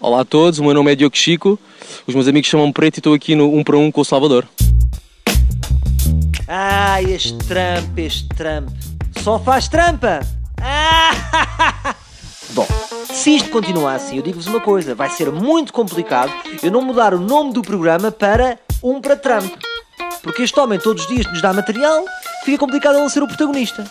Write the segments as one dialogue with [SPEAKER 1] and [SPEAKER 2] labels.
[SPEAKER 1] Olá a todos, o meu nome é Diogo Chico, os meus amigos chamam-me Preto e estou aqui no 1 para 1 com o Salvador.
[SPEAKER 2] Ai, este Trump, este Trump. Só faz trampa! Ah! Bom, se isto continuar assim, eu digo-vos uma coisa: vai ser muito complicado eu não mudar o nome do programa para Um para Trump. Porque este homem todos os dias nos dá material, fica complicado ele ser o protagonista.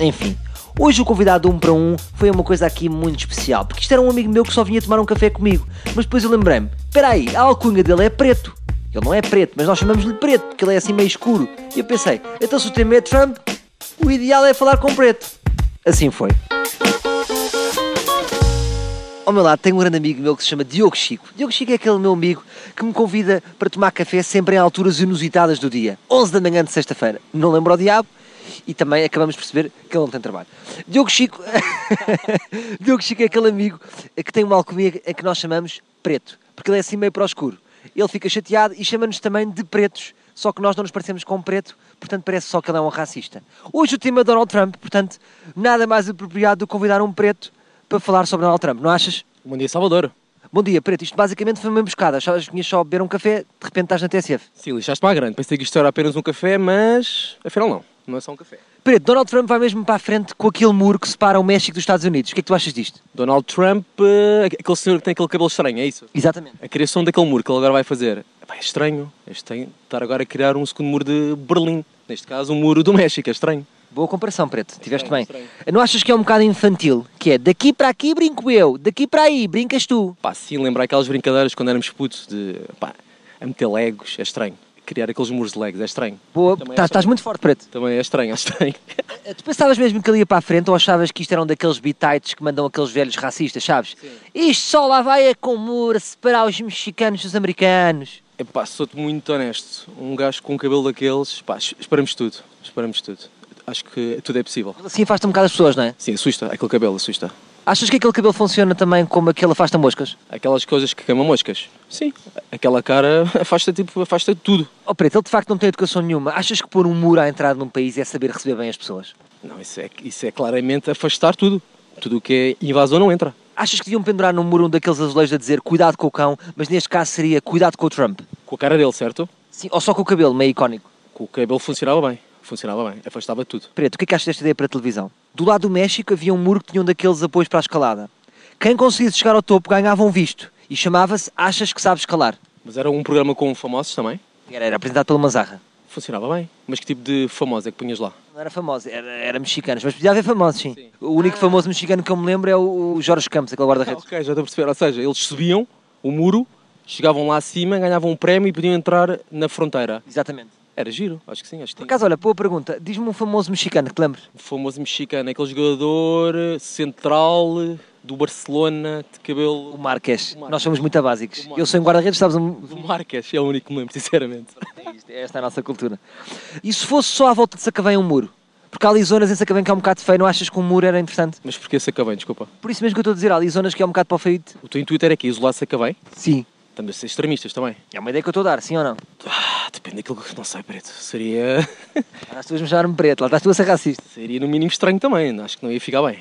[SPEAKER 2] Enfim, hoje o convidado do um para um foi uma coisa aqui muito especial, porque isto era um amigo meu que só vinha tomar um café comigo, mas depois eu lembrei-me: espera aí, a alcunha dele é preto. Ele não é preto, mas nós chamamos-lhe preto, porque ele é assim meio escuro. E eu pensei: então se o tema é Trump, o ideal é falar com preto. Assim foi. Ao meu lado tenho um grande amigo meu que se chama Diogo Chico. Diogo Chico é aquele meu amigo que me convida para tomar café sempre em alturas inusitadas do dia. 11 da manhã de sexta-feira. Não lembro ao diabo e também acabamos de perceber que ele não tem trabalho. Diogo Chico... Diogo Chico é aquele amigo que tem uma alcunha a que nós chamamos preto. Porque ele é assim meio para o escuro. Ele fica chateado e chama-nos também de pretos. Só que nós não nos parecemos com preto, portanto parece só que ele é um racista. Hoje o tema é Donald Trump, portanto nada mais apropriado do que convidar um preto para falar sobre Donald Trump, não achas?
[SPEAKER 1] Bom dia, Salvador.
[SPEAKER 2] Bom dia, Preto. Isto basicamente foi uma emboscada. Achavas que vinhas só beber um café, de repente estás na TSF.
[SPEAKER 1] Sim, lixaste-me à grande. Pensei que isto era apenas um café, mas afinal não. Não é só um café.
[SPEAKER 2] Preto, Donald Trump vai mesmo para a frente com aquele muro que separa o México dos Estados Unidos. O que é que tu achas disto?
[SPEAKER 1] Donald Trump, eh, aquele senhor que tem aquele cabelo estranho, é isso?
[SPEAKER 2] Exatamente.
[SPEAKER 1] A criação daquele muro que ele agora vai fazer. Epá, É estranho. É estranho estar agora a criar um segundo muro de Berlim. Neste caso, um muro do México. É estranho.
[SPEAKER 2] Boa comparação, Preto. Tiveste bem.
[SPEAKER 1] Estranho,
[SPEAKER 2] Não achas que é um bocado infantil? Que é daqui para aqui brinco eu, daqui para aí brincas tu.
[SPEAKER 1] Pá, sim, lembrar aquelas brincadeiras quando éramos putos de. pá, a meter legos. É estranho. Criar aqueles muros de legos. É estranho.
[SPEAKER 2] Boa, tá,
[SPEAKER 1] Também é
[SPEAKER 2] estás, estás muito forte, Preto. Eh,
[SPEAKER 1] Também é estranho. É estranho.
[SPEAKER 2] Tu pensavas mesmo que ele ia para a frente ou achavas que isto eram daqueles bitites que mandam aqueles velhos racistas, sabes? Isto só lá vai é com o muro a separar os mexicanos dos americanos.
[SPEAKER 1] Epá, sou-te muito honesto. Um gajo com um cabelo daqueles, pá, es- esperamos tudo. Esperamos tudo. Acho que tudo é possível.
[SPEAKER 2] Assim afasta um bocado as pessoas, não é?
[SPEAKER 1] Sim, assusta. Aquele cabelo assusta.
[SPEAKER 2] Achas que aquele cabelo funciona também como aquele afasta moscas?
[SPEAKER 1] Aquelas coisas que queimam moscas. Sim. Aquela cara afasta, tipo, afasta tudo.
[SPEAKER 2] Oh preto, ele de facto não tem educação nenhuma. Achas que pôr um muro à entrada num país é saber receber bem as pessoas?
[SPEAKER 1] Não, isso é, isso é claramente afastar tudo. Tudo o que é invasão não entra.
[SPEAKER 2] Achas que deviam pendurar num muro um daqueles azulejos a dizer cuidado com o cão, mas neste caso seria cuidado com o Trump?
[SPEAKER 1] Com a cara dele, certo?
[SPEAKER 2] Sim, ou só com o cabelo, meio icónico.
[SPEAKER 1] Com o cabelo funcionava bem. Funcionava bem. Afastava tudo.
[SPEAKER 2] Preto, o que é que achas desta ideia para a televisão? Do lado do México havia um muro que tinha um daqueles apoios para a escalada. Quem conseguisse chegar ao topo ganhava um visto e chamava-se Achas que sabes escalar?
[SPEAKER 1] Mas era um programa com famosos também.
[SPEAKER 2] Era, era apresentado pelo Manzarra.
[SPEAKER 1] Funcionava bem. Mas que tipo de famoso é que punhas lá?
[SPEAKER 2] Não era famoso, era, era mexicanos, mas podia haver famosos, sim. Ah. O único famoso mexicano que eu me lembro é o o Jorge Campos, aquele
[SPEAKER 1] Ah,
[SPEAKER 2] guarda-redes.
[SPEAKER 1] ok, já estou a perceber. Ou seja, eles subiam o muro, chegavam lá acima, ganhavam um prémio e podiam entrar na fronteira.
[SPEAKER 2] Exatamente.
[SPEAKER 1] Era giro, acho que sim, acho que
[SPEAKER 2] Por
[SPEAKER 1] tinha.
[SPEAKER 2] acaso, olha, boa pergunta. Diz-me um famoso mexicano que te lembres.
[SPEAKER 1] O famoso mexicano, aquele jogador central do Barcelona, de
[SPEAKER 2] O
[SPEAKER 1] cabelo.
[SPEAKER 2] Marques.
[SPEAKER 1] O Marques.
[SPEAKER 2] Nós somos muito
[SPEAKER 1] O
[SPEAKER 2] básicos.
[SPEAKER 1] Marques.
[SPEAKER 2] Eu sou um guarda-redes, sabes um...
[SPEAKER 1] Do Marques, é o único que me lembro, sinceramente.
[SPEAKER 2] Esta é a nossa cultura. E se fosse só à volta de Sacavém um muro? Porque há ali zonas em Sacavém que é um bocado feio, não achas que um muro era interessante?
[SPEAKER 1] Mas porquê Sacavém, desculpa?
[SPEAKER 2] Por isso mesmo que eu estou a dizer, há ali zonas que é um bocado para o feio.
[SPEAKER 1] O teu intuito era que isolar Sacavém?
[SPEAKER 2] Sim.
[SPEAKER 1] Estamos a ser extremistas também.
[SPEAKER 2] É uma ideia que eu estou a dar, sim ou não?
[SPEAKER 1] Ah, depende daquilo que. Não sei, preto. Seria.
[SPEAKER 2] Estás tu a me preto, lá estás tu a ser racista.
[SPEAKER 1] Seria no mínimo estranho também, acho que não ia ficar bem.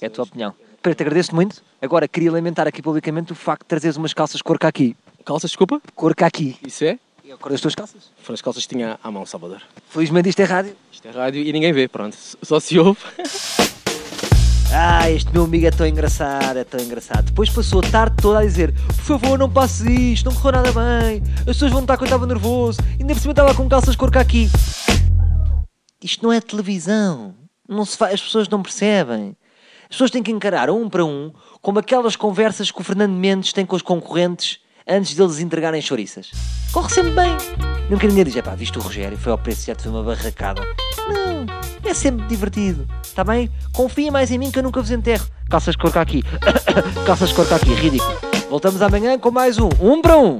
[SPEAKER 2] É a tua opinião. Preto, agradeço-te muito. Agora, queria lamentar aqui publicamente o facto de trazeres umas calças cor caqui.
[SPEAKER 1] Calças, desculpa?
[SPEAKER 2] Cor caqui.
[SPEAKER 1] Isso é?
[SPEAKER 2] É a cor das tuas calças.
[SPEAKER 1] Foram as calças que tinha à mão, Salvador.
[SPEAKER 2] Felizmente isto é rádio.
[SPEAKER 1] Isto é rádio e ninguém vê, pronto. Só se ouve.
[SPEAKER 2] Ah, este meu amigo é tão engraçado, é tão engraçado. Depois passou a tarde toda a dizer: Por favor, não passe isto, não correu nada bem. As pessoas vão notar que eu estava nervoso. Ainda por cima estava com calças cor caqui. Isto não é televisão. Não se faz, as pessoas não percebem. As pessoas têm que encarar um para um como aquelas conversas que o Fernando Mendes tem com os concorrentes antes deles entregarem chouriças. Corre sempre bem. Nunca ninguém diz, pá, viste o Rogério, foi ao preço certo, foi uma barracada. Não, é sempre divertido, está bem? Confia mais em mim que eu nunca vos enterro. Calças de corca aqui, calças de corca aqui, ridículo. Voltamos amanhã com mais um, um para um.